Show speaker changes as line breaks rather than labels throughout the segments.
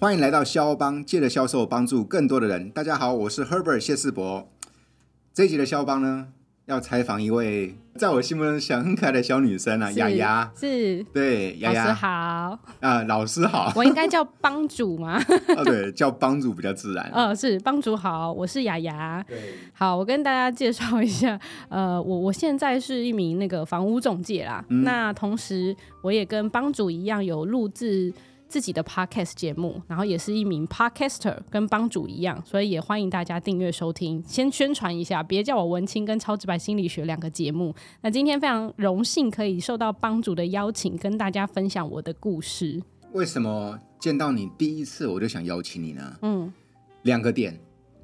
欢迎来到肖邦，借着销售帮助更多的人。大家好，我是 Herbert 谢世博。这一集的肖邦呢，要采访一位在我心目中想很可爱的小女生啊，
是
雅雅。
是
对，雅
老师
雅
好，
啊，老师好
我应该叫帮主吗？
哦，对，叫帮主比较自然。
呃，是帮主好，我是雅雅。
对，
好，我跟大家介绍一下， 呃，我我现在是一名那个房屋中介啦，
嗯
那同时我也跟帮主一样有录制。自己的 podcast 节目，然后也是一名 podcaster，跟帮主一样，所以也欢迎大家订阅收听。先宣传一下，别叫我文青跟超直白心理学两个节目。那今天非常荣幸可以受到帮主的邀请，跟大家分享我的故事。
为什么见到你第一次我就想邀请你呢？
嗯，
两个点，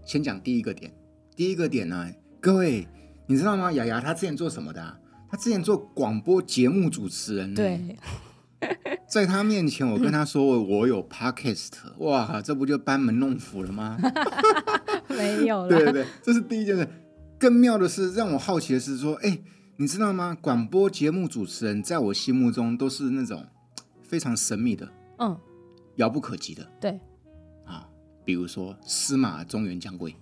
先讲第一个点。第一个点呢，各位你知道吗？雅雅她之前做什么的、啊？她之前做广播节目主持人。
对。，
在她面前，我
嗯
跟她说我有 podcast，哇，这不就班门弄斧了 吗？
没有
对对
了。
对，这是第一件事。更妙的是，让我好奇的是说，哎，你知道吗？广播节目主持人在我心目中都是那种非常神秘的、
嗯，
遥不可及的。
对，
啊，比如说司马中原将 贵，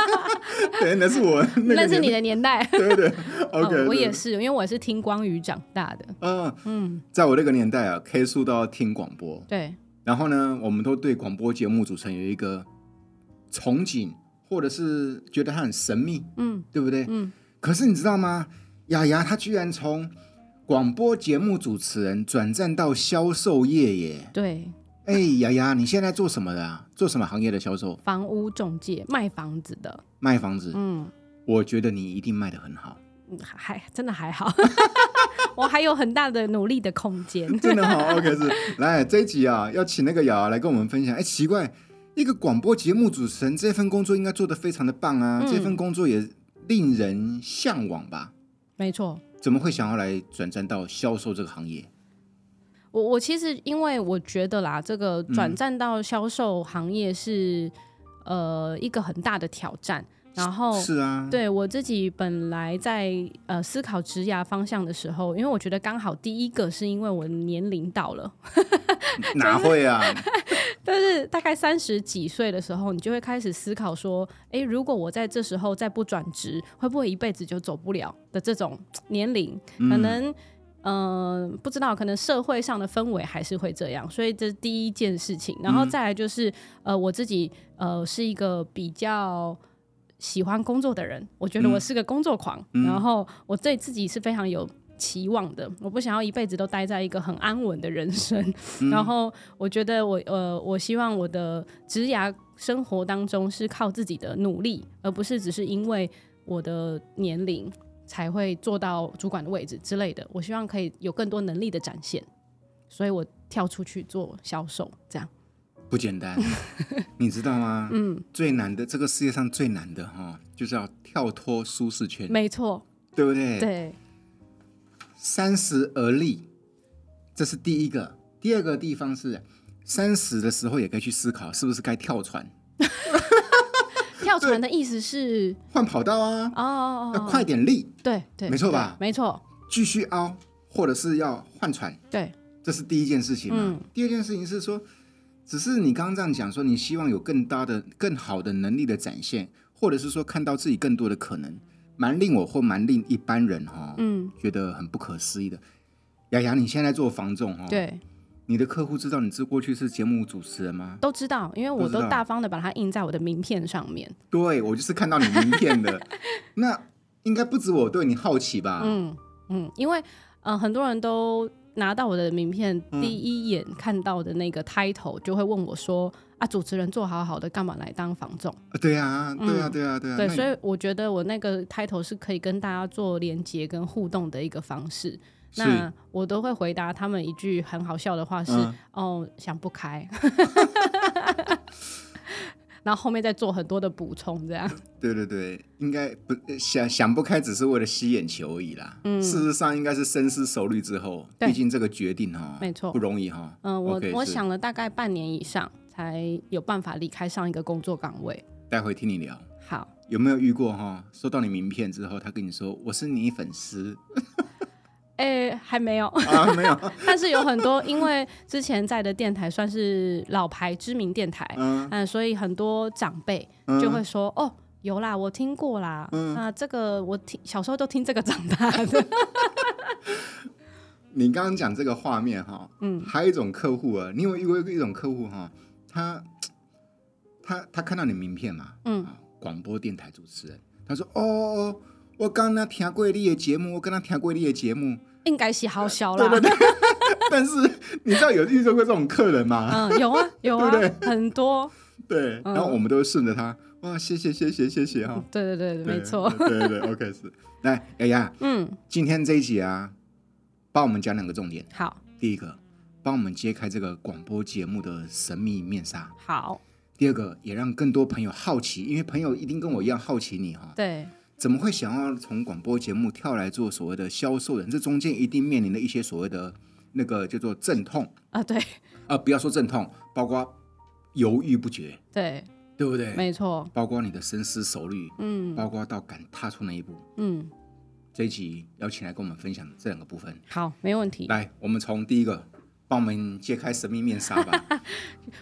对，那是我那个
那是
年
你的年代。
对对，OK，
嗯，我
对
也是，因为我是听光宇长大的。
啊，
嗯，
在我那个年代啊，K 数都要听广播，
对，
然后呢，我们都对广播节目主持人有一个憧憬，或者是觉得他很神秘，
嗯
对不对？
嗯，
可是你知道吗？雅雅她居然从广播节目主持人转战到销售业耶！
对，
哎，雅雅，你现在做什么的、啊？做什么行业的销售？
房屋中介卖房子的，
卖房子？
嗯，
我觉得你一定卖得很好，
嗯还真的还 好，我还有很大的努力的空间。
真的好。OK，是来这一集啊，要请那个瑶瑶来跟我们分享。哎，奇怪，一个广播节目主持人这份工作应该做得非常的棒啊，
嗯
这份工作也令人向往吧？
没错，
怎么会想要来转战到销售这个行业？
我我其实因为我觉得啦，这个
嗯
转战到销售行业是、呃一个很大的挑战，然后
是啊，
哦对我自己本来在呃思考职涯方向的时候，因为我觉得刚好第一个是因为我年龄到了，
哪会啊？
但是大概三十几岁的时候，你就会开始思考说，诶，如果我在这时候再不转职，会不会一辈子就走不了的这种嘖年龄？可能，嗯、不知道，可能社会上的氛围还是会这样，所以这是第一件事情。然后再来就是，呃，我自己呃是一个比较。喜欢工作的人，我觉得我是个工作狂，然后我对自己是非常有期望的。我不想要一辈子都待在一个很安稳的人生，然后我觉得我呃，我希望我的职涯生活当中是靠自己的努力，而不是只是因为我的年龄才会做到主管的位置之类的。我希望可以有更多能力的展现，所以我跳出去做销售，这样。
不简单，你知道吗？嗯，最难的，这个世界上最难的哈、就是要跳脱舒适圈，
没错，
对不对？
对，
三十而立，这是第一个。第二个地方是三十的时候也可以去思考，是不是该跳船、
跳船的意思是
换跑道啊？
哦哦
要
哦，
快点立，
对对，
没错吧
对没错，
继续凹，或者是要换船，
对，
这是第一件事情嘛。
嗯
第二件事情是说，只是你刚刚这样讲说，你希望有更大的、更好的能力的展现，或者是说看到自己更多的可能，蛮令我或蛮令一般人哈、
嗯，
觉得很不可思议的。雅雅，你现在做房仲哈、哦，
对，
你的客户知道你是过去是节目主持人吗？
都知道，因为
都
我
知
都
道
大方的把它印在我的名片上面。
对，我就是看到你名片 的。那应该不止我对你好奇吧？
嗯，嗯，因为呃，很多人都拿到我的名片，
嗯
第一眼看到的那个 title 就会问我说：“啊，主持人做好好的，干嘛来当房仲
啊对啊，对啊，对啊，对？”啊。
嗯对，
那你
所以我觉得我那个 title 是可以跟大家做连接跟互动的一个方式。
是
那我都会回答他们一句很好笑的话是：“
嗯
哦，想不开。” 然后后面再做很多的补充，这样
对对对，应该不想想不开，只是为了吸眼球而已啦。嗯，事实上应该是深思熟虑之后，
对
毕竟这个决定哈、
没错
不容易哈、
嗯、我
OK，
我
是
想了大概半年以上，才有办法离开上一个工作岗位。
待会听你聊。
好，
有没有遇过哈、收到你名片之后，他跟你说我是你粉丝，
哎、还没有，
啊，没有，
但是有很多因为之前在的电台算是老牌知名电台，
嗯
嗯，所以很多长辈
嗯
就会说、哦。有啦，我听过啦。
嗯
那这个我听小时候都听这个长大的。
你刚刚讲这个画面哈，
嗯，
还有一种客户啊，你有遇过一种客户哈，他他他看到你名片嘛，
嗯
啊，广播电台主持人，他说哦哦，哦我刚刚听过你的节目，我刚刚听过你的节目，
应该是好小啦。
对对对，但是你知道有遇到过这种客人吗？
嗯，有啊，有啊，
对
很多。
对，
嗯
然后我们都会顺着他，哇，谢谢谢谢谢谢哈，
对对
对
对，嗯没错。
对对对，OK 是，来，哎呀，
嗯，
今天这一集啊，帮我们讲两个重点，
好
第一个，帮我们揭开这个广播节目的神秘面纱。
好，
第二个，也让更多朋友好奇，因为朋友一定跟我一样好奇你哈、
对，
怎么会想要从广播节目跳来做所谓的销售人？这中间一定面临了一些所谓的那个叫做阵痛
啊，对
啊、不要说阵痛，包括犹豫不决，
对，
对不对？
没错。
包括你的深思熟虑，
嗯
包括到敢踏出那一步。
嗯，
这一集邀请来跟我们分享这两个部分。
好，没问题。
来，我们从第一个，帮我们揭开神秘面纱吧。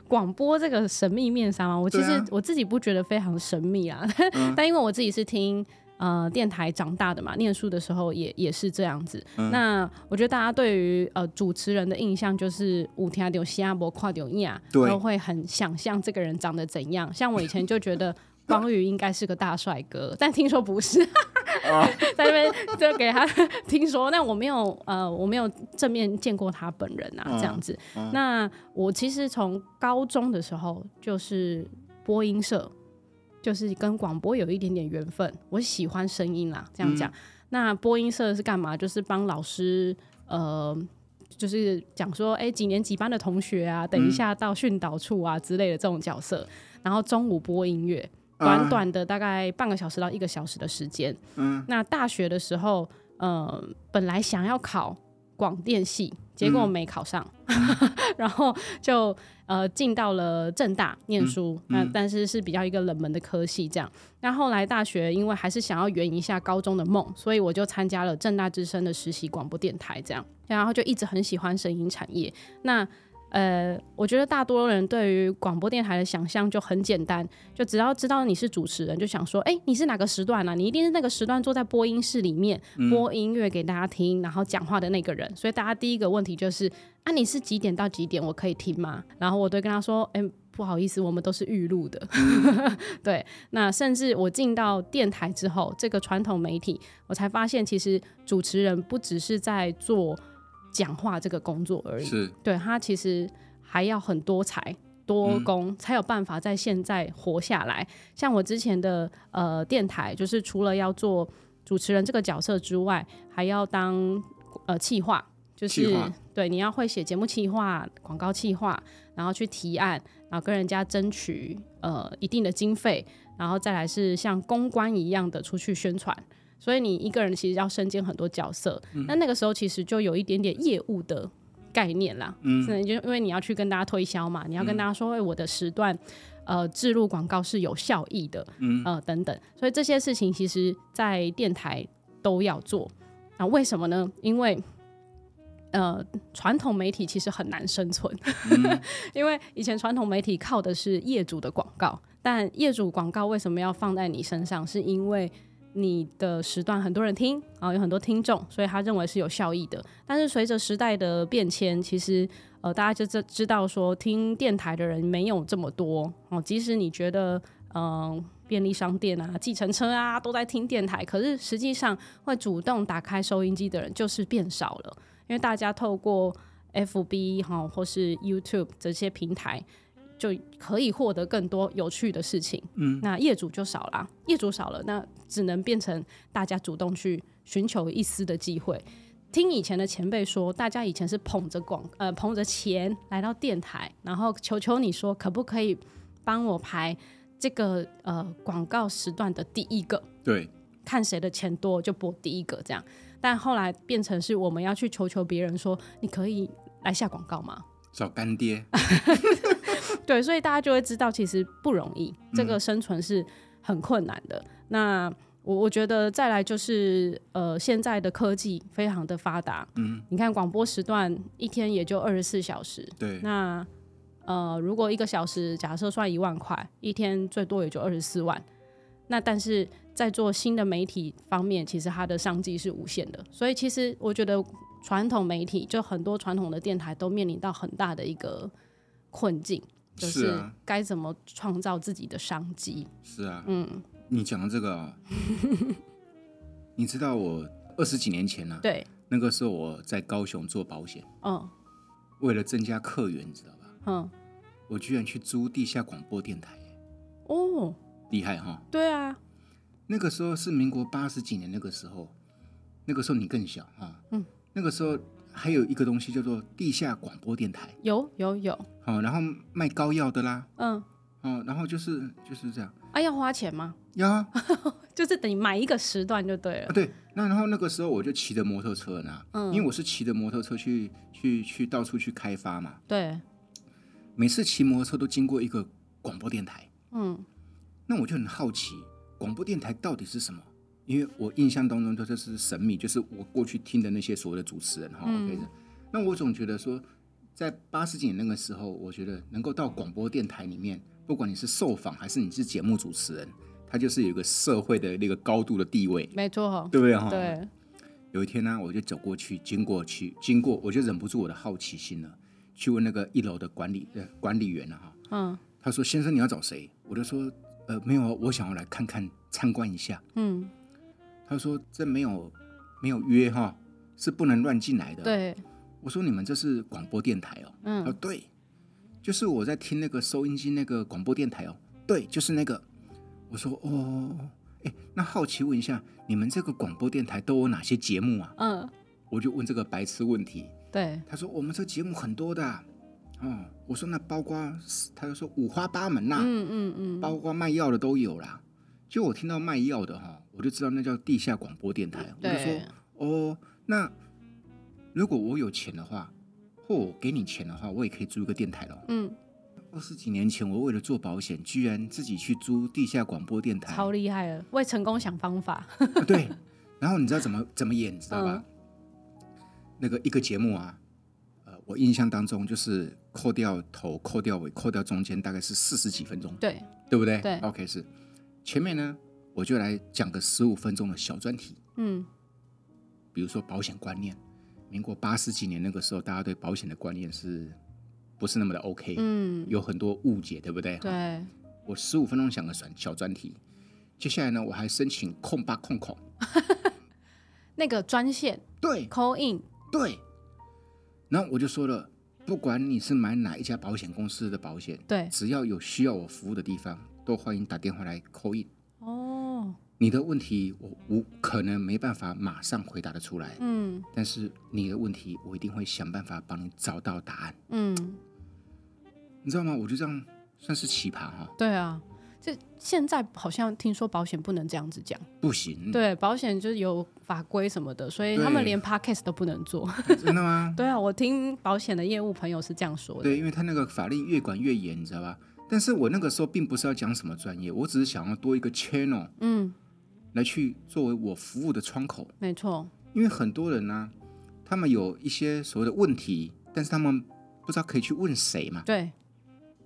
广播这个神秘面纱嘛，我其
对
实
啊
我自己不觉得非常神秘啊，
嗯
但因为我自己是听。呃，电台长大的嘛，念书的时候也也是这样子。
嗯
那我觉得大家对于呃主持人的印象就是舞台有西亚伯跨有亚，
对
都会很想象这个人长得怎样。像我以前就 觉得光宇应该是个大帅哥，但听说不是，
哦
在那边就给他听说，但我没有呃，我没有正面见过他本人啊，
嗯
这样子。那我其实从高中的时候就是播音社，就是跟广播有一点点缘分。我喜欢声音啦，这样讲。那播音社是干嘛？就是帮老师呃。就是讲说，哎、几年几班的同学啊，等一下到训导处啊之类的这种角色，然后中午播音乐，短短的大概半个小时到一个小时的时间。
嗯，
那大学的时候，呃，本来想要考广电系，结果没考上， 然后就呃进到了正大念书。那、但是是比较一个冷门的科系这样。那后来大学因为还是想要圆一下高中的梦，所以我就参加了正大之声的实习广播电台这样，然后就一直很喜欢声音产业。那呃，我觉得大多人对于广播电台的想象就很简单，就只要知道你是主持人，就想说，哎、你是哪个时段啊？你一定是那个时段坐在播音室里面、播音乐给大家听，然后讲话的那个人。所以大家第一个问题就是，啊，你是几点到几点？我可以听吗？然后我都会跟他说，哎、不好意思，我们都是预录的。 对，那甚至我进到电台之后，这个传统媒体，我才发现其实主持人不只是在做讲话这个工作而已，
是
对他其实还要很多才
嗯
多工、才有办法在现在活下来。像我之前的呃电台，就是除了要做主持人这个角色之外，还要当呃企划，就
企
是
划
对你要会写节目企划、广告企划，然后去提案，然后跟人家争取呃一定的经费，然后再来是像公关一样的出去宣传。所以你一个人其实要身兼很多角色，
嗯
那、那个时候其实就有一点点业务的概念啦，嗯，就因为你要去跟大家推销嘛，你要跟大家说，哎、我的时段，呃，置入广告是有效益的，嗯，呃，等等，所以这些事情其实在电台都要做，啊，为什么呢？因为呃，传统媒体其实很难生存， 因为以前传统媒体靠的是业主的广告，但业主广告为什么要放在你身上？是因为你的时段很多人听啊、有很多听众，所以他认为是有效益的。但是随着时代的变迁，其实呃，大家就知知道说，听电台的人没有这么多哦、即使你觉得嗯、呃便利商店啊、计程车啊都在听电台，可是实际上会主动打开收音机的人就是变少了，因为大家透过 FB 哈、或是 YouTube 这些平台。就可以获得更多有趣的事情，嗯，那业主就少了，业主少了，那只能变成大家主动去寻求一丝的机会。听以前的前辈说，大家以前是捧着广呃捧着钱来到电台，然后求求你说可不可以帮我排这个呃广告时段的第一个，
对，
看谁的钱多就播第一个这样。但后来变成是我们要去求求别人说，你可以来下广告吗？
找干爹，
对，所以大家就会知道，其实不容易，这个生存是很困难的。那我我觉得再来就是呃，现在的科技非常的发达，嗯，你看广播时段一天也就二十四小时，
对，
那呃，如果一个小时假设算一万块，一天最多也就二十四万。那但是在做新的媒体方面，其实它的商机是无限的，所以其实我觉得传统媒体就很多传统的电台都面临到很大的一个困境，就是是
啊
该怎么创造自己的商机。
是啊，
嗯，
你讲的这个 啊、你知道我二十几年前呢、
对，
那个时候我在高雄做保险，
嗯
为了增加客源，你知道吧？
嗯，
我居然去租地下广播电台，
哦，
厉害哈！
对啊，
那个时候是民国八十几年，那个时候，那个时候你更小啊，
嗯，
那个时候还有一个东西叫做地下广播电台，
有有有，
好、然后卖膏药的啦，
嗯，
哦，然后就是就是这样
啊，要花钱吗？
呀啊
就是等于买一个时段就对了。
对，那然后那个时候我就骑着摩托车呢，
嗯
因为我是骑着摩托车去去去到处去开发嘛，
对，
每次骑摩托车都经过一个广播电台，
嗯，
那我就很好奇广播电台到底是什么，因为我印象当中它就是神秘，就是我过去听的那些所谓的主持人哈、
嗯
OK 的，那我总觉得说，在八十几年那个时候，我觉得能够到广播电台里面，不管你是受访还是你是节目主持人，它就是有一个社会的那个高度的地位，
没错哦，
对不对哈？
对，
有一天呢、我就走过去，经过去，经过，我就忍不住我的好奇心了，去问那个一楼的管理呃管理员了、哈。
嗯
他说：“先生，你要找谁？”我就说：“呃，没有啊，我想要来看看参观一下。
嗯，”
他说：“这没有没有约哈、是不能乱进来的。”，
对，
我说：“你们这是广播电台哦。”他说：“
嗯
对，就是我在听那个收音机那个广播电台哦。”对，就是那个。我说：“哦，哎，那好奇问一下，你们这个广播电台都有哪些节目啊？”
嗯，
我就问这个白痴问题，
对，
他说我们这节目很多的啊，哦，我说那包括，他就说五花八门呐、
嗯嗯嗯，
包括卖药的都有啦。就我听到卖药的哈、我就知道那叫地下广播电台。我就说
对，
哦，那如果我有钱的话，或我给你钱的话，我也可以租一个电台咯。
嗯，
二十几年前，我为了做保险，居然自己去租地下广播电台，
超厉害了，为成功想方法。
啊 对，然后你知道怎么怎么演，你知道
嗯
吧？那个一个节目啊，呃，我印象当中就是扣掉头、扣掉尾、扣掉中间，大概是四十几分钟，
对，
对不对？
对
，OK 是。前面呢，我就来讲个十五分钟的小专题，
嗯
比如说保险观念。民国八十几年那个时候，大家对保险的观念是不是那么的 OK？、
嗯，
有很多误解，对不对？
对，
我十五分钟讲个小小专题，接下来呢，我还申请控吧控控。
那个专线
对，
call in，
对，然后我就说了，不管你是买哪一家保险公司的保险，
对，
只要有需要我服务的地方，都欢迎打电话来扣印。
哦，
你的问题我无可能没办法马上回答得出来，
嗯
但是你的问题我一定会想办法帮你找到答案，
嗯，
你知道吗？我就这样算是奇葩哈、
对啊。这现在好像听说保险不能这样子讲，
不行，
对，保险就是有法规什么的，所以他们
嗯对
连 podcast 都不能做。
真的吗？
对啊，我听保险的业务朋友是这样说的。
对，因为他那个法令越管越严，你知道吧？但是我那个时候并不是要讲什么专业，我只是想要多一个 channel
嗯，
来去作为我服务的窗口。
没错，
因为很多人呢、他们有一些所谓的问题，但是他们不知道可以去问谁嘛。
对，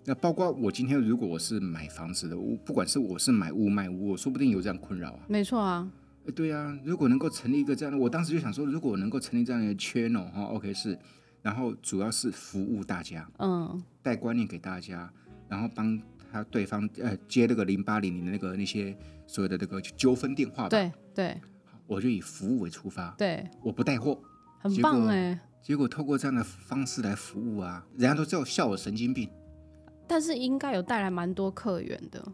那包括我今天如果我是买房子的，我不管是我是买屋卖屋，我说不定有这样困扰啊。
没错啊，
诶对啊，如果能够成立一个这样的，我当时就想说，如果我能够成立这样的 channel 哈、o k 是，然后主要是服务大家，
嗯，
带观念给大家，然后帮他对方呃接那个零八零零的那个那些所有的那个纠纷电话吧，
对对
我就以服务为出发，
对，
我不带货，
很
结
棒
果
哎、
结果透过这样的方式来服务啊，人家都叫笑我神经病，
但是应该有带来蛮多客源的，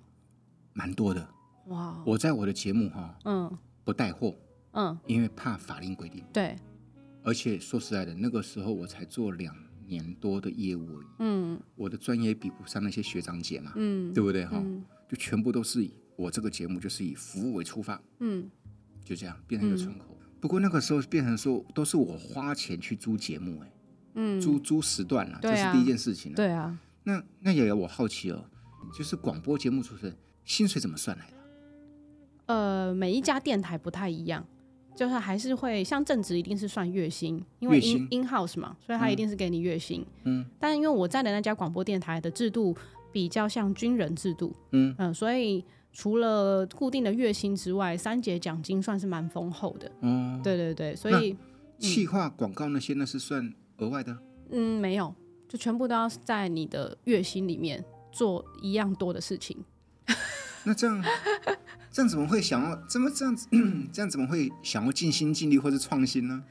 蛮多的。
哇，
我在我的节目哈、
嗯
不带货，
嗯，
因为怕法令规定，
对，
而且说实在的，那个时候我才做两年多的业务而已，
嗯
我的专业比不上那些学长姐嘛，
嗯
对不对哈、
嗯
就全部都是以我这个节目就是以服务为出发，
嗯，
就这样变成一个窗口。不过那个时候变成说都是我花钱去租节目、哎、
嗯
租租时段了、
对
这
啊
是第一件事情了。
对啊，
那那也有我好奇哦，就是广播节目主持人薪水怎么算来的？
呃，每一家电台不太一样，就是还是会像正职一定是算月薪，因为
月薪
in in house 嘛，所以他一定是给你月薪。
嗯，
但因为我在的那家广播电台的制度比较像军人制度，
嗯
所以除了固定的月薪之外，三节奖金算是蛮丰厚的。
哦，
对对对，所以
企划、广告那些那是算额外的。
嗯，没有，就全部都要在你的月薪里面做一样多的事情。
那这样， 这样怎么会想要？怎么这样子？ 这样怎么会想要尽心尽力或是创新呢？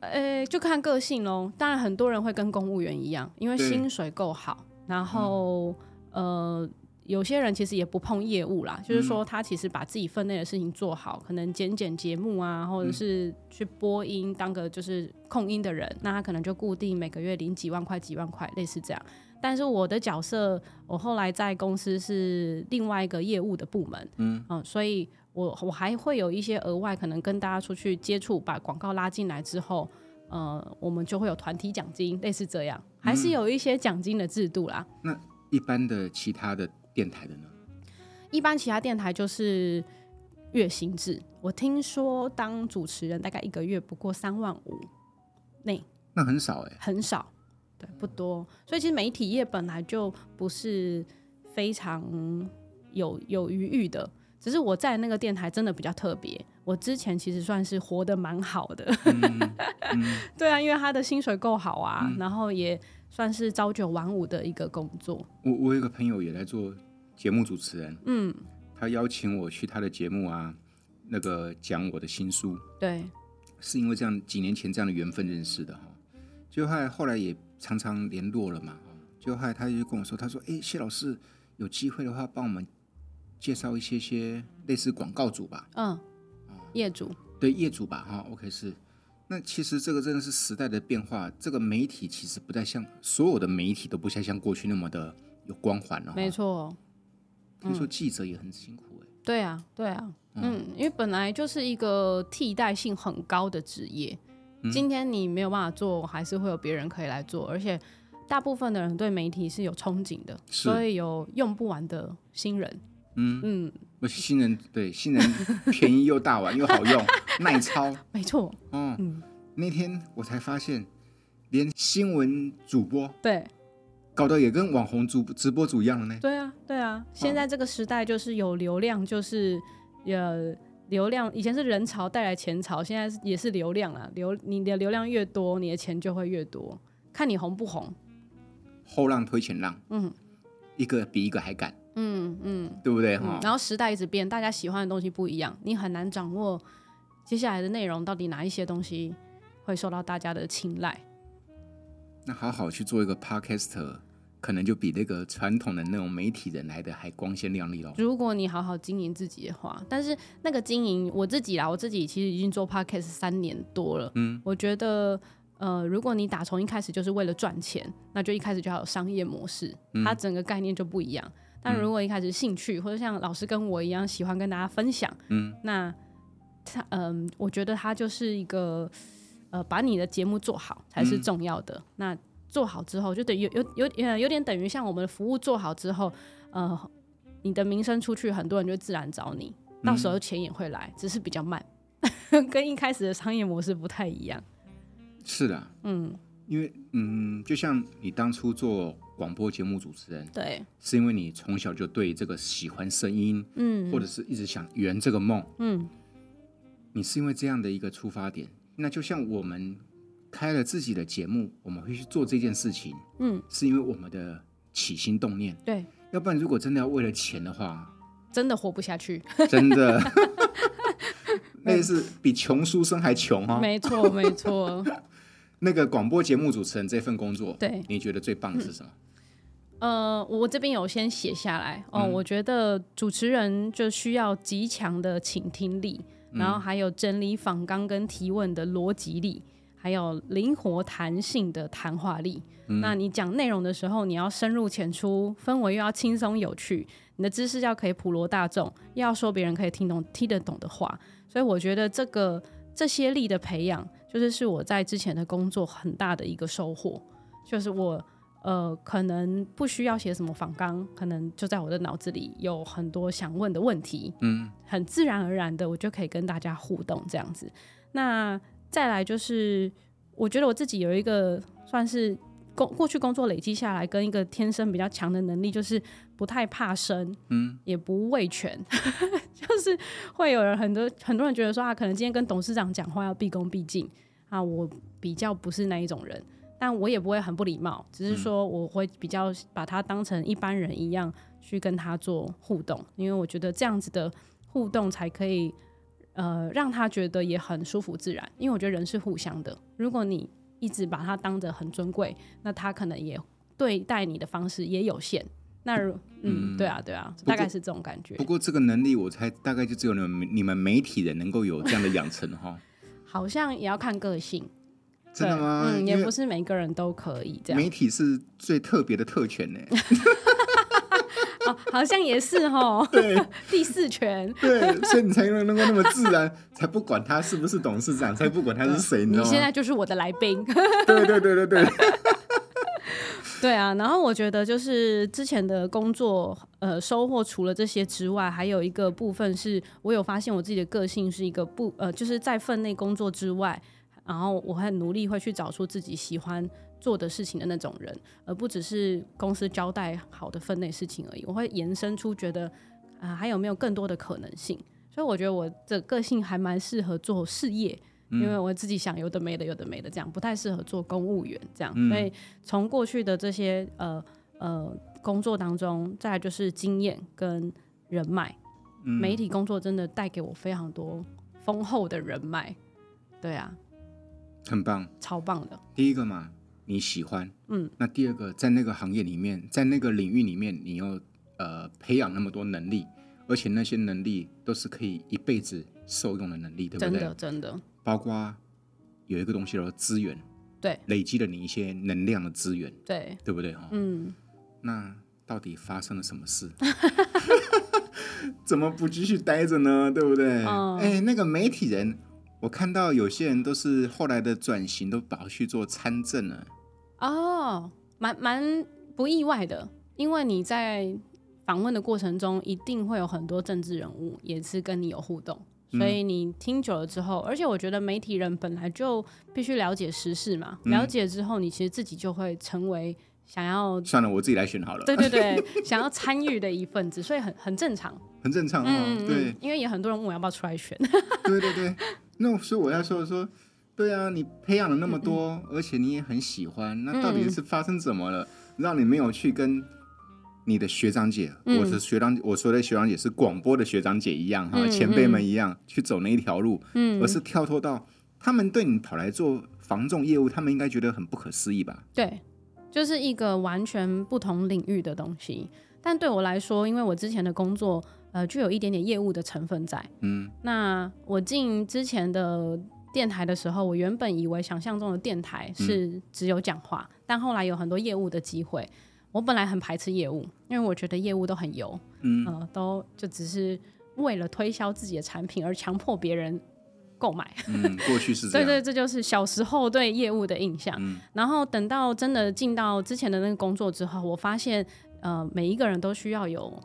呃，就看个性喽。当然，很多人会跟公务员一样，因为
对
薪水够好，然后、呃，有些人其实也不碰业务啦，就是说他其实把自己分内的事情做好，可能剪剪节目啊，或者是去播音当个就是控音的人，那他可能就固定每个月领几万块、几万块，类似这样。但是我的角色，我后来在公司是另外一个业务的部门，嗯、所以我我还会有一些额外可能跟大家出去接触，把广告拉进来之后，呃，我们就会有团体奖金，类似这样，还是有一些奖金的制度啦。
一般的其他的电台的呢？
一般其他电台就是月薪制，我听说当主持人大概一个月不过三万五内，
那很少哎、
很少，对，不多。所以其实媒体业本来就不是非常有 有余裕的。只是我在那个电台真的比较特别，我之前其实算是活得蛮好的， 对啊，因为他的薪水够好啊，然后也算是朝九晚五的一个工作，
我我有一个朋友也来做节目主持人，嗯，他邀请我去他的节目啊，那个讲我的新书，
对，
是因为这样几年前这样的缘分认识的哈。就后来后来也常常联络了嘛，哦就后来他就跟我说，他说：“哎，谢老师有机会的话，帮我们介绍一些些类似广告主吧，
嗯，业主，
对业主吧，哈，OK 是。”那其实这个真的是时代的变化，这个媒体其实不再像所有的媒体都不再像过去那么的有光环了、哦。
没，错，
听
嗯
说记者也很辛苦哎、
对啊，对啊，嗯，因为本来就是一个替代性很高的职业，今天你没有办法做，还是会有别人可以来做，而且大部分的人对媒体是有憧憬的，
是
所以有用不完的新人，嗯嗯，
我新人对新人便宜又大碗又好 用，耐操。
没错，
哦，那天我才发现，连新闻主播
对，
搞得也跟网红主直播主一样了呢。
对啊，对啊，现在这个时代就是有流量，就是呃流量，以前是人潮带来钱潮，现在是也是流量啊，流你的流量越多，你的钱就会越多，看你红不红。
后浪推前浪，嗯，一个比一个还敢，
嗯嗯
对不对
嗯
哈、，
然后时代一直变，大家喜欢的东西不一样，你很难掌握接下来的内容到底哪一些东西会受到大家的青睐。
那好好去做一个 podcaster，可能就比那个传统的那种媒体人来的还光鲜亮丽咯。
如果你好好经营自己的话，但是那个经营我自己啦，我自己其实已经做 podcast 三年多了。嗯，我觉得呃，如果你打从一开始就是为了赚钱，那就一开始就要有商业模式，它整个概念就不一样。但如果一开始兴趣或者像老师跟我一样喜欢跟大家分享，嗯，那他嗯、我觉得他就是一个呃，把你的节目做好才是重要的。那做好之后，就等于有有有呃有点等于像我们的服务做好之后，呃，你的名声出去，很多人就自然找你，到时候钱也会来，只是比较慢， 跟一开始的商业模式不太一样。
是的，嗯，因为嗯，就像你当初做广播节目主持人，
对，
是因为你从小就对这个喜欢声音，嗯，或者是一直想圆这个梦，
嗯，
你是因为这样的一个出发点。那就像我们开了自己的节目，我们会去做这件事情，
嗯，
是因为我们的起心动念。
对，
要不然，如果真的要为了钱的话，
真的活不下去。
真 的类似比穷书生还穷哦。
没错，没错。
那个广播节目主持人这份工作，
对
你觉得最棒的是什么？
呃，我这边有先写下来哦。我觉得主持人就需要极强的倾听力，然后还有整理访纲跟提问的逻辑力，还有灵活弹性的谈话力。那你讲内容的时候，你要深入浅出，氛围又要轻松有趣，你的知识要可以普罗大众，又要说别人可以听懂、听得懂的话。所以我觉得这个这些力的培养，就是是我在之前的工作很大的一个收获，就是我。呃，可能不需要写什么访纲，可能就在我的脑子里有很多想问的问题，
嗯，
很自然而然的我就可以跟大家互动这样子。那再来就是，我觉得我自己有一个算是工过去工作累积下来跟一个天生比较强的能力，就是不太怕生，
嗯，
也不畏权，就是会有人很多很多人觉得说啊，可能今天跟董事长讲话要毕恭毕敬啊，我比较不是那一种人。但我也不会很不礼貌，只是说我会比较把他当成一般人一样去跟他做互动，因为我觉得这样子的互动才可以，呃，让他觉得也很舒服自然。因为我觉得人是互相的，如果你一直把他当着很尊贵，那他可能也对待你的方式也有限。那如嗯，对啊，对啊，
过
大概是这种感觉
不。过这个能力我猜大概就只有你们你们媒体人能够有这样的养成哦哈，
好像也要看个性，
真的
对
吗？
嗯，
因
也
为
不是每个人都可以这样
媒。体是最特别的特权 呢。
哦，好像也是哦。 第四权，
对，所以你才能能够那么自然，才不管他是不是董事长，才不管他是谁，你知
你
道
现
吗
在？就是我的来宾。
对对对对对，
对啊，然后我觉得就是之前的工作，呃，收获除了这些之外，还有一个部分是我有发现我自己的个性是一个不呃，就是在分内工作之外，然后我很努力会去找出自己喜欢做的事情的那种人，而不只是公司交代好的分内事情而已。我会延伸出觉得啊、还有没有更多的可能性？所以我觉得我的个性还蛮适合做事业。因为我自己想有的没的，有的没的，这样不太适合做公务员这样，所以从过去的这些呃呃工作当中，再来就是经验跟人脉，
嗯
媒体工作真的带给我非常多丰厚的人脉，对啊，
嗯很棒。
超棒的，
第一个嘛，你喜欢，
嗯，
那第二个，在那个行业里面，在那个领域里面，你又呃培养那么多能力，而且那些能力都是可以一辈子受用的能力，对
真
不
的
对？
真的，
包括有一个东西叫做资源，
对，
累积了你一些能量的资源，
对，
对不对？哦哈、
嗯，
那到底发生了什么事？ 怎么不继续待着呢？对不对？哎、
嗯
那个媒体人，我看到有些人都是后来的转型，都跑去做参政了。
哦，蛮蛮不意外的，因为你在访问的过程中，一定会有很多政治人物也是跟你有互动，
嗯
所以你听久了之后，而且我觉得媒体人本来就必须了解时事嘛，
嗯
了解之后，你其实自己就会成为 想要。
算了，我自己来选好了，
对对对，想要参与的一份子，所以很很正常。
很正常哦。
嗯，
对
嗯，因为也很多人问我要不要出来选。
对对对，那所以我要说说，对啊，你培养了那么多，
嗯
而且你也很喜欢，那到底是发生怎么了，让你没有去跟你的学长姐，我的学长，我说的学长姐是广播的学长姐一样哈，
嗯
前辈们一样、去走那一条路，而是跳脱到他们对你跑来做防重业务，他们应该觉得很不可思议吧？
对，就是一个完全不同领域的东西。但对我来说，因为我之前的工作，呃，就有一点点业务的成分在。
嗯，
那我进之前的电台的时候，我原本以为想象中的电台是只有讲话，但后来有很多业务的机会。我本来很排斥业务，因为我觉得业务都很油，嗯、呃，都就只是为了推销自己的产品而强迫别人购买。
嗯，过去是这
对
样，嗯
对，这就是小时候对业务的印象。然后等到真的进到之前的那个工作之后，我发现呃，每一个人都需要有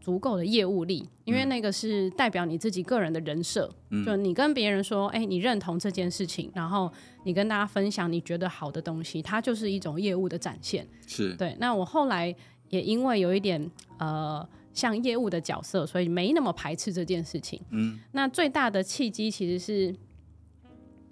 足够的业务力，因
嗯
为那个是代表你自己个人的人设。就你跟别人说，哎、你认同这件事情，然后你跟大家分享你觉得好的东西，它就是一种业务的展现。
是，
对，那我后来也因为有一点呃像业务的角色，所以没那么排斥这件事情。
嗯，
那最大的契机其实是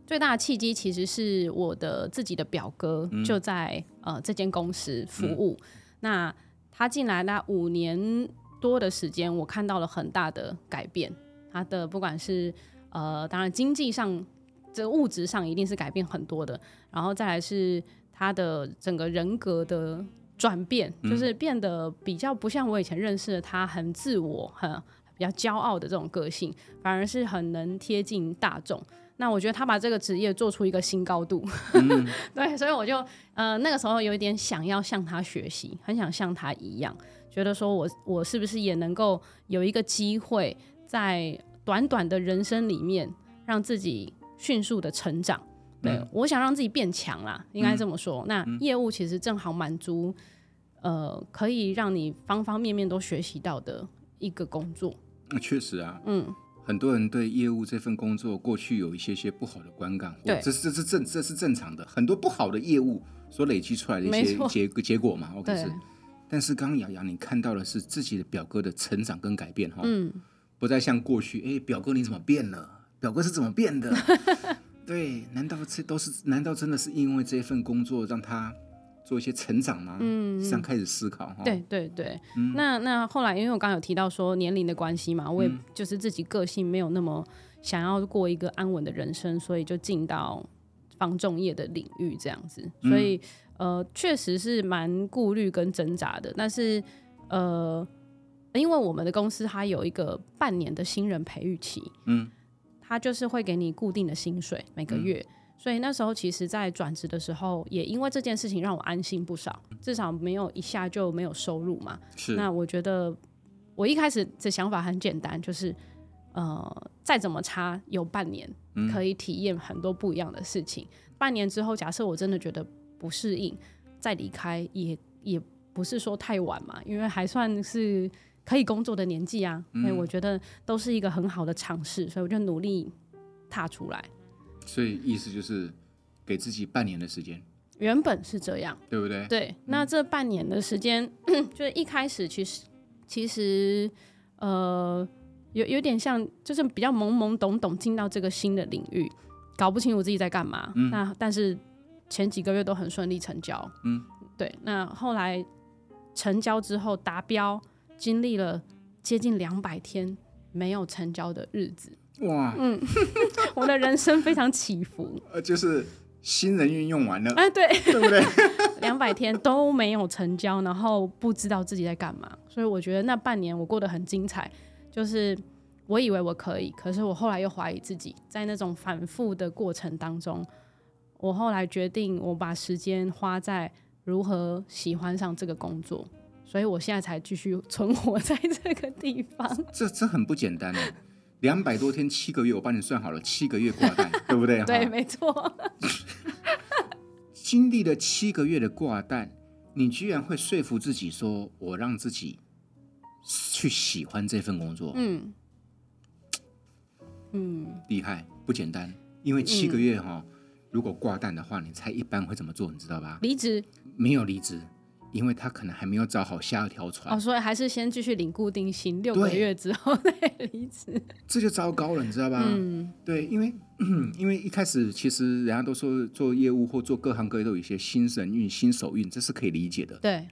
最大的契机其实是我的自己的表哥、
嗯
就在呃这间公司服务，那他进来那五年多的时间，我看到了很大的改变，他的不管是呃当然经济上。这物质上一定是改变很多的，然后再来是他的整个人格的转变，就是变得比较不像我以前认识的他，很自我，很比较骄傲的这种个性，反而是很能贴近大众。那我觉得他把这个职业做出一个新高度， 对，所以我就呃那个时候有一点想要向他学习，很想像他一样，觉得说我我是不是也能够有一个机会，在短短的人生里面让自己迅速的成长。对、我想让自己变强啦，应该这么说。那业务其实正好满足，呃，可以让你方方面面都学习到的一个工作。
那确实啊，
嗯，
很多人对业务这份工作过去有一些些不好的观感，或
对
这是这是正这是正常的，很多不好的业务所累积出来的一
没
些
错
结结果 嘛，OK
对
是。但是刚刚雅雅你看到的是自己的表哥的成长跟改变哈，
嗯，
不再像过去，哎，表哥你怎么变了？表哥是怎么变的？ 对，难道这都是？难道真的是因为这份工作让他做一些成长吗？嗯，这样开始思考哈。
对，对对，那那后来，因为我刚刚有提到说年龄的关系嘛，我也就是自己个性没有那么想要过一个安稳的人生，所以就进到防重业的领域这样子，所以、呃，确实是蛮顾虑跟挣扎的，但是呃，因为我们的公司它有一个半年的新人培育期，
嗯，
它就是会给你固定的薪水每个月。所以那时候，其实，在转职的时候，也因为这件事情让我安心不少，至少没有一下就没有收入嘛。
是
那我觉得，我一开始的想法很简单，就是呃，再怎么差，有半年可以体验很多不一样的事情。半年之后，假设我真的觉得不适应，再离开也也不是说太晚嘛，因为还算是可以工作的年纪啊。所以我觉得都是一个很好的尝试，所以我就努力踏出来。
所以意思就是给自己半年的时间，
原本是这样。
对不对？
对，那这半年的时间， 就是一开始其实其实呃有有点像，就是比较懵懵懂懂进到这个新的领域，搞不清楚自己在干嘛。那但是前几个月都很顺利成交，
嗯，
对。那后来成交之后达标，经历了接近两百天没有成交的日子，
哇，
嗯我的人生非常起伏。
呃，就是新人运用完了，
哎，对，
对不对？
两百天都没有成交，然后不知道自己在干嘛，所以我觉得那半年我过得很精彩。就是我以为我可以，可是我后来又怀疑自己，在那种反复的过程当中，我后来决定我把时间花在如何喜欢上这个工作，所以我现在才继续存活在这个地 方。
这这很不简单哎，两百多天，七个月，我帮你算好了，七个月挂 单，对不对？
对，
哈
没错，
经历了七个月的挂蛋，你居然会说服自己说，我让自己去喜欢这份工作，
嗯嗯，
厉害不简单。因为七个月哈、如果挂蛋的话，你猜一般会怎么做？你知道吧？
离职
没有离职，因为他可能还没有找好下一条船，
哦，所以还是先继续领固定薪，六个
啊对
月之后再离职。
这就糟糕了，你知道吧？
嗯
对，因为 因为一开始其实人家都说做业务或做各行各业都有一些新神运、新手运，这是可以理解的。
对。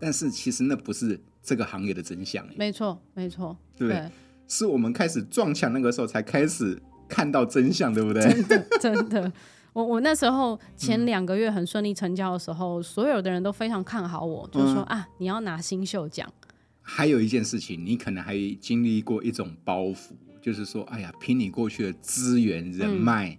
但是其实那不是这个行业的真相，哎
没错，没错，
对不对？是我们开始撞墙那个时候才开始看到真相，对不对？
对真的。我我那时候
嗯
前两个月很顺利成交的时候，所有的人都非常看好我，就
嗯
说、啊，你要拿新秀奖，
还有一件事情，你可能还经历过一种包袱，就是说，哎呀，凭你过去的资源人脉，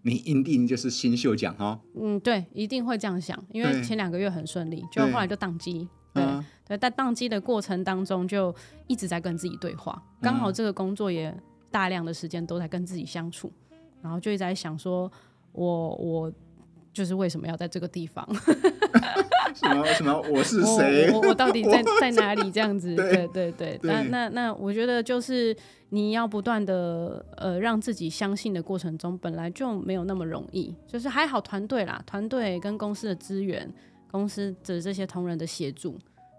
你一定就是新秀奖哦。
嗯，对，一定会这样想，因为
对
前两个月很顺利，就
对
后来就宕机，对、
啊
对，但宕机的过程当中就一直在跟自己对话，刚
嗯
好这个工作也大量的时间都在跟自己相处，然后就一直在想说，我我就是为什么要在这个地方，
什么什么，我是
我
谁？
我我到底 在在哪里？这样子，
对
对对对。
对
那那那，我觉得就是你要不断的呃，让自己相信的过程中，本来就没有那么容易。就是还好团队啦，团队跟公司的资源，公司的这些同仁的协助，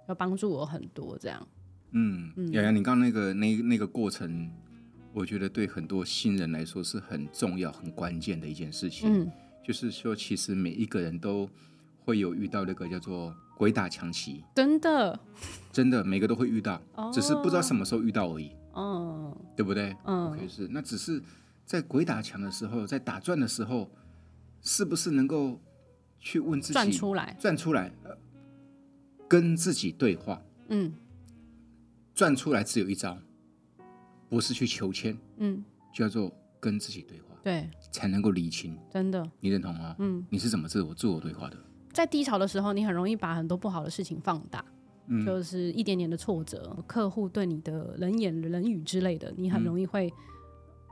要帮助我很多。这样，
嗯，雅雅，你刚刚那个那那个过程，我觉得对很多新人来说是很重要、很关键的一件事情。
嗯
就是说，其实每一个人都会有遇到那个叫做鬼打墙期，
真的，
真的每个都会遇到，
哦
只是不知道什么时候遇到而已，
嗯
对不对？
嗯
OK，是那只是在鬼打墙的时候，在打转的时候，是不是能够去问自己
转出来，
转出来、呃跟自己对话，
嗯
转出来只有一招，不是去求签，
嗯，
叫做跟自己对话，
对，
才能够理清。
真的，
你认同吗？
嗯，
你是怎么自我自我对话的？
在低潮的时候，你很容易把很多不好的事情放大，
嗯
就是
嗯
一点点的挫折，客户对你的冷眼冷语之类的，你很容易会、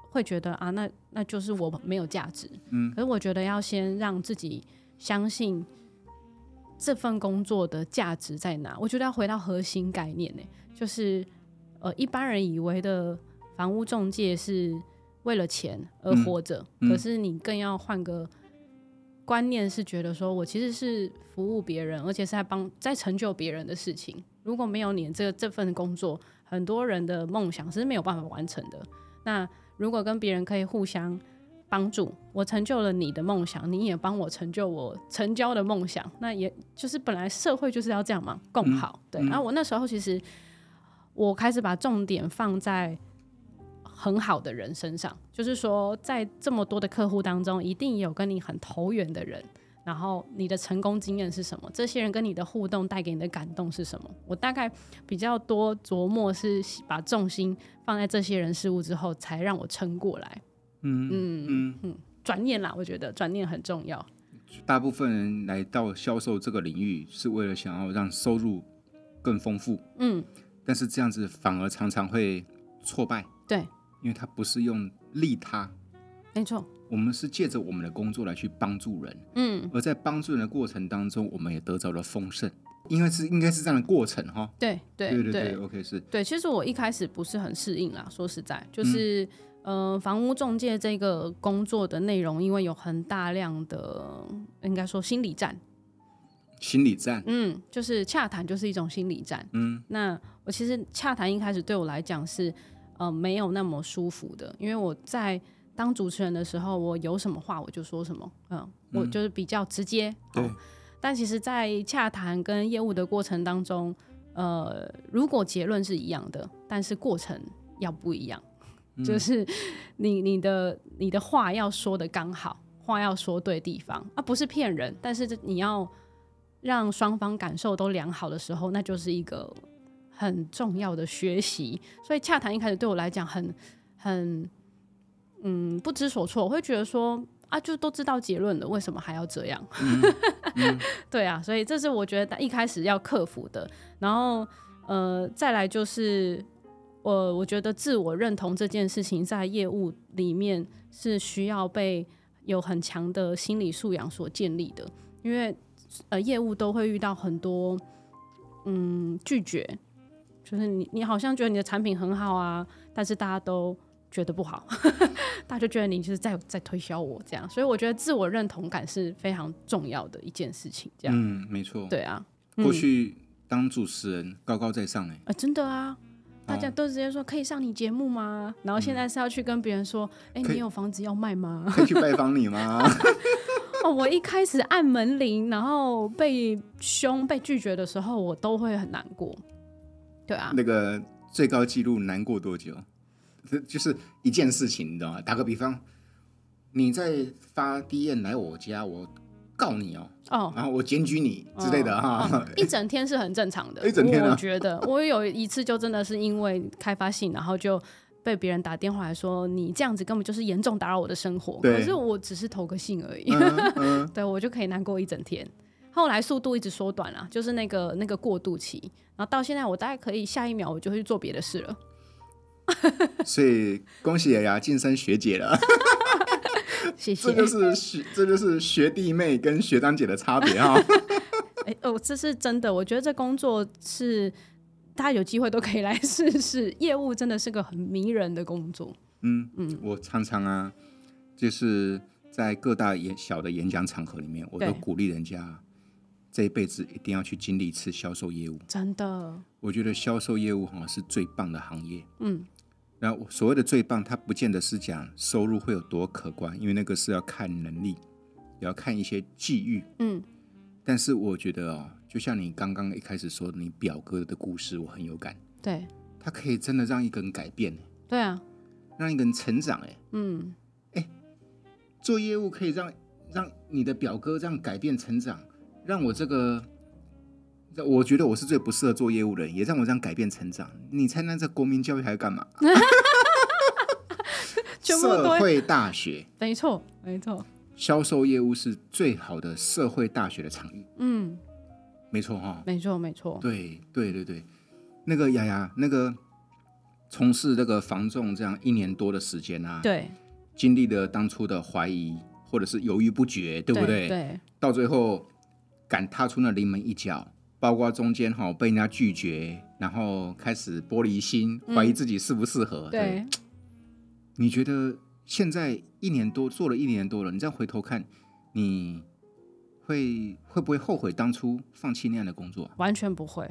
会觉得啊，那那就是我没有价值。嗯，可是我觉得要先让自己相信这份工作的价值在哪。我觉得要回到核心概念呢、就是呃，一般人以为的房屋中介是为了钱而活着，
嗯嗯
可是你更要换个观念，是觉得说我其实是服务别人，而且是在帮在成就别人的事情。如果没有你这这份工作，很多人的梦想是没有办法完成的。那如果跟别人可以互相帮助，我成就了你的梦想，你也帮我成就我成交的梦想，那也就是本来社会就是要这样嘛，共好。对，然后我那时候其实我开始把重点放在很好的人身上，就是说在这么多的客户当中，一定有跟你很投缘的人。然后你的成功经验是什么？这些人跟你的互动带给你的感动是什么？我大概比较多琢磨是把重心放在这些人事物之后，才让我撑过来。
嗯嗯
转念啦，我觉得转念很重要。
大部分人来到销售这个领域，是为了想要让收入更丰富，
嗯，
但是这样子反而常常会挫败，
对，
因为他不是用利他，
没错。
我们是借着我们的工作来去帮助人，
嗯，
而在帮助人的过程当中，我们也得着了丰盛，应该是应该是这样的过程哈。
对对
对对，OK 是，
对，其实我一开始不是很适应啦，说实在，就是、呃，房屋中介这个工作的内容，因为有很大量的应该说心理战，
心理战，
嗯，就是洽谈就是一种心理战，嗯，那我其实洽谈一开始对我来讲是呃没有那么舒服的，因为我在当主持人的时候，我有什么话我就说什么，嗯，我就是比较直接，
对
哦但其实，在洽谈跟业务的过程当中，呃，如果结论是一样的，但是过程要不一样，就是你你的你的话要说的刚好，话要说对地方啊，不是骗人，但是这你要让双方感受都良好的时候，那就是一个很重要的学习。所以洽谈一开始对我来讲很很嗯不知所措，我会觉得说啊，就都知道结论了，为什么还要这样？ 对啊，所以这是我觉得一开始要克服的。然后呃，再来就是我、呃我觉得自我认同这件事情在业务里面是需要被有很强的心理素养所建立的，因为呃业务都会遇到很多嗯拒绝，就是你你好像觉得你的产品很好啊，但是大家都。觉得不好， 大家就觉得你就是在在推销我这样，所以我觉得自我认同感是非常重要的一件事情。这样，
嗯，没错，
对啊，
过去当主持人高高在 上哎，
啊，真的啊，大
嗯
家都直接说可以上你节目吗？然后现在是要去跟别人说，哎、
可以
你有房子要卖吗？
可以去拜访你吗？
哦，我一开始按门铃，然后被凶、被拒绝的时候，我都会很难过。对啊，
那个最高纪录难过多久？ 这就是一件事情，你知道吗？打个比方，你在发 D N 来我家，我告你哦，
哦，
然后我检举你之类的哈、
哦一整天是很正常的。
一整天啊
我觉得我有一次就真的是因为开发信，然后就。被别人打电话来说你这样子根本就是严重打扰我的生活，
对
可是我只是投个信而已。
嗯嗯
对我就可以难过一整天。后来速度一直缩短了、啊就是那个那个过渡期，然后到现在我大概可以下一秒我就会去做别的事了。
所以恭喜雅雅晋升学姐了，
谢谢
这。就是学，这就是学弟妹跟学长姐的差别哈、
哎、哦，这是真的，我觉得这工作是大家有机会都可以来试试。业务真的是个很迷人的工作。
嗯嗯，我常常啊，就是在各大演小的演讲场合里面，我都
对
鼓励人家这一辈子一定要去经历一次销售业务。
真的，
我觉得销售业务哈是最棒的行业。嗯，那我所谓的最棒，它不见得是讲收入会有多可观，因为那个是要看能力，也要看一些际遇。
嗯，
但是我觉得哦，就像你刚刚一开始说你表哥的故事，我很有感，
对，
它可以真的让一个人改变，
对啊，
让一个人成长。哎，
嗯，
做业务可以让让你的表哥这样改变成长，让我这个，让我觉得我是最不适合做业务的人，也让我这样改变成长。你参加这国民教育还要干嘛？
全部
社
都会
会大学
没错，没错，
销售业务是最好的社会大学的场域，
嗯，
没错哈、
没错，没错，
对对对对，那个雅雅，那个从事这个防重这样一年多的时间啊，
对
经历了当初的怀疑或者是犹豫不决，对不
对？
到最后敢踏出那临门一脚，包括中间哈、被人家拒绝，然后开始玻璃心，怀疑自己适不适合。
对对
你觉得现在一年多做了一年多了，你再回头看，你会会不会后悔当初放弃那样的工作啊？
完全不会。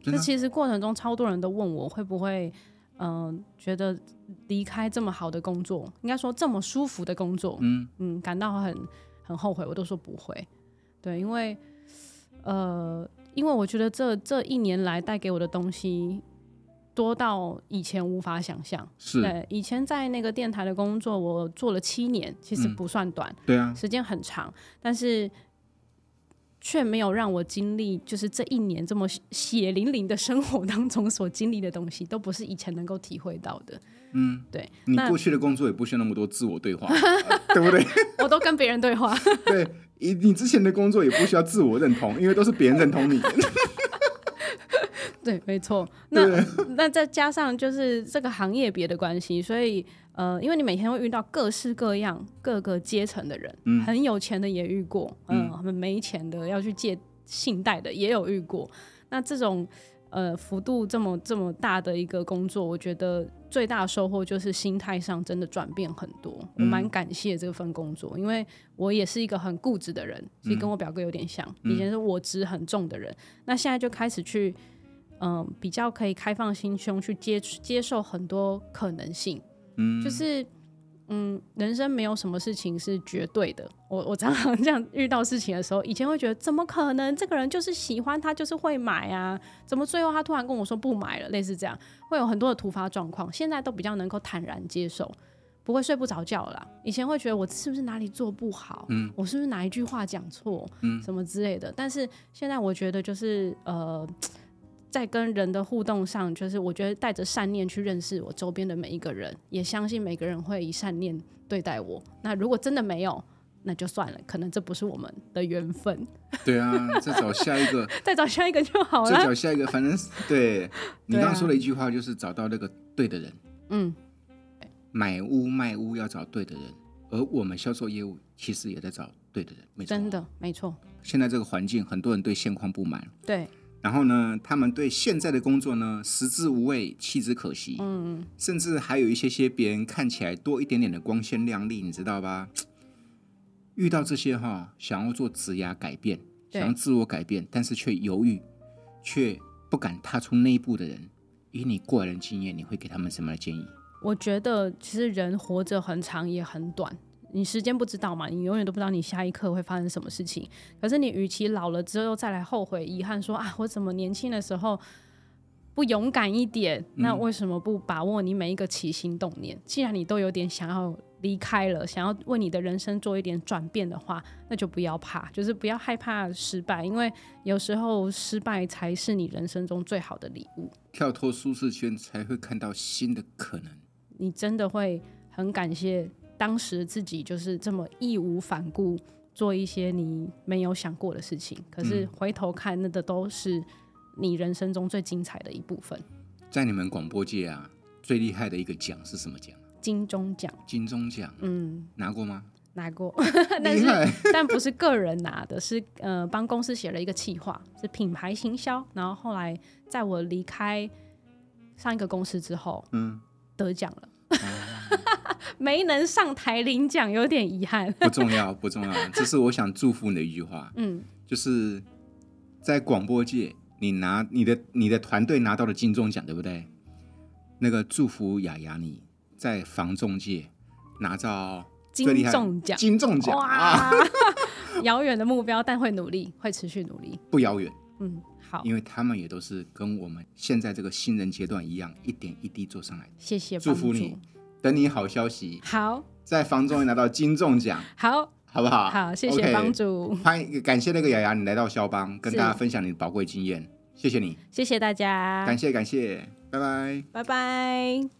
真
这
的
其实过程中超多人都问我会不会，嗯、觉得离开这么好的工作，应该说这么舒服的工作，
嗯
嗯，感到很很后悔，我都说不会。对，因为呃，因为我觉得这这一年来带给我的东西多到以前无法想象。
是
对，以前在那个电台的工作，我做了七年，其实
嗯
不算短，
对啊，
时间很长，但是却没有让我经历，就是这一年这么血淋淋的生活当中所经历的东西，都不是以前能够体会到的。
嗯，
对，
你
那
过去的工作也不需要那么多自我对 话，呃对不对？
我都跟别人对话，
对，你你之前的工作也不需要自我认同，因为都是别人认 同你。
对，没错。那那再加上就是这个行业别的关系，所以呃，因为你每天会遇到各式各样、各个阶层的人，
嗯
很有钱的也遇过，嗯、
嗯
很没钱的要去借信贷的也有遇过。那这种呃幅度这么这么大的一个工作，我觉得最大的收获就是心态上真的转变很多。我蛮感谢这份工作，因为我也是一个很固执的人，其实跟我表哥有点像，以前是我执很重的人，那现在就开始去。嗯，比较可以开放心胸去接接受很多可能性，
嗯，
就是嗯，人生没有什么事情是绝对的。我我常常这样遇到事情的时候，以前会觉得怎么可能？这个人就是喜欢他，就是会买啊，怎么最后他突然跟我说不买了？类似这样，会有很多的突发状况。现在都比较能够坦然接受。不会睡不着觉了啦。以前会觉得我是不是哪里做不好，
嗯
我是不是哪一句话讲错，
嗯
什么之类的。但是现在我觉得就是呃，在跟人的互动上，就是我觉得带着善念去认识我周边的每一个人，也相信每个人会以善念对待我。那如果真的没有，那就算了，可能这不是我们的缘分，
对啊，再找下一个，
再找下一个就好
再
了。
找下一个， 反正是对你
对啊
刚刚说的一句话就是找到那个对的人，
嗯，
买屋卖屋要找对的人，而我们销售业务其实也在找对的人，没错。
真，的没错，
现在这个环境，很多人对现况不满，
对，
然后呢，他们对现在的工作呢食之无味，弃之可惜，
嗯，
甚至还有一些些别人看起来多一点点的光鲜亮丽，你知道吧？遇到这些哈，想要做职涯改变，
对
想要自我改变，但是却犹豫，却不敢踏出那一步的人，以你过来人经验，你会给他们什么样的建议？
我觉得其实人活着很长也很短，你时间不知道嘛，你永远都不知道你下一刻会发生什么事情。可是你与其老了之后再来后悔遗憾说啊，我怎么年轻的时候不勇敢一点？那为什么不把握你每一个起心动念？既然你都有点想要离开了，想要为你的人生做一点转变的话，那就不要怕，就是不要害怕失败，因为有时候失败才是你人生中最好的礼物。
跳脱舒适圈，才会看到新的可能。
你真的会很感谢当时自己就是这么义无反顾做一些你没有想过的事情，可是回头看，那个都是你人生中最精彩的一部分。
在你们广播界啊，最厉害的一个奖是什么奖？
金钟奖，
金钟奖
嗯，
拿过吗？
拿过， 但
厉
是
害，
但不是个人拿的，是呃帮公司写了一个企划，是品牌行销。然后后来在我离开上一个公司之后
嗯，
得奖了， 没能上台领奖，有点遗憾。
不重要，不重要。这是我想祝福你的一句话。
嗯，
就是在广播界，你拿你的你的团队拿到了金钟奖，对不对？那个祝福雅雅你在防重界拿到
金
最厉害
钟奖，
金钟奖啊，
哇，遥远的目标，但会努力，会持续努力。
不遥远，
嗯，好，
因为他们也都是跟我们现在这个新人阶段一样，一点一滴做上来的。
谢谢，
祝福你。，等你好消息，
好，
在防重也拿到金钟奖，
好，
好不好？
好，谢
OK
谢帮主，
欢迎感谢那个雅雅，你来到肖邦，跟
是
大家分享你的宝贵经验，谢谢你，
谢谢大家
感，谢感谢，拜拜。
拜拜。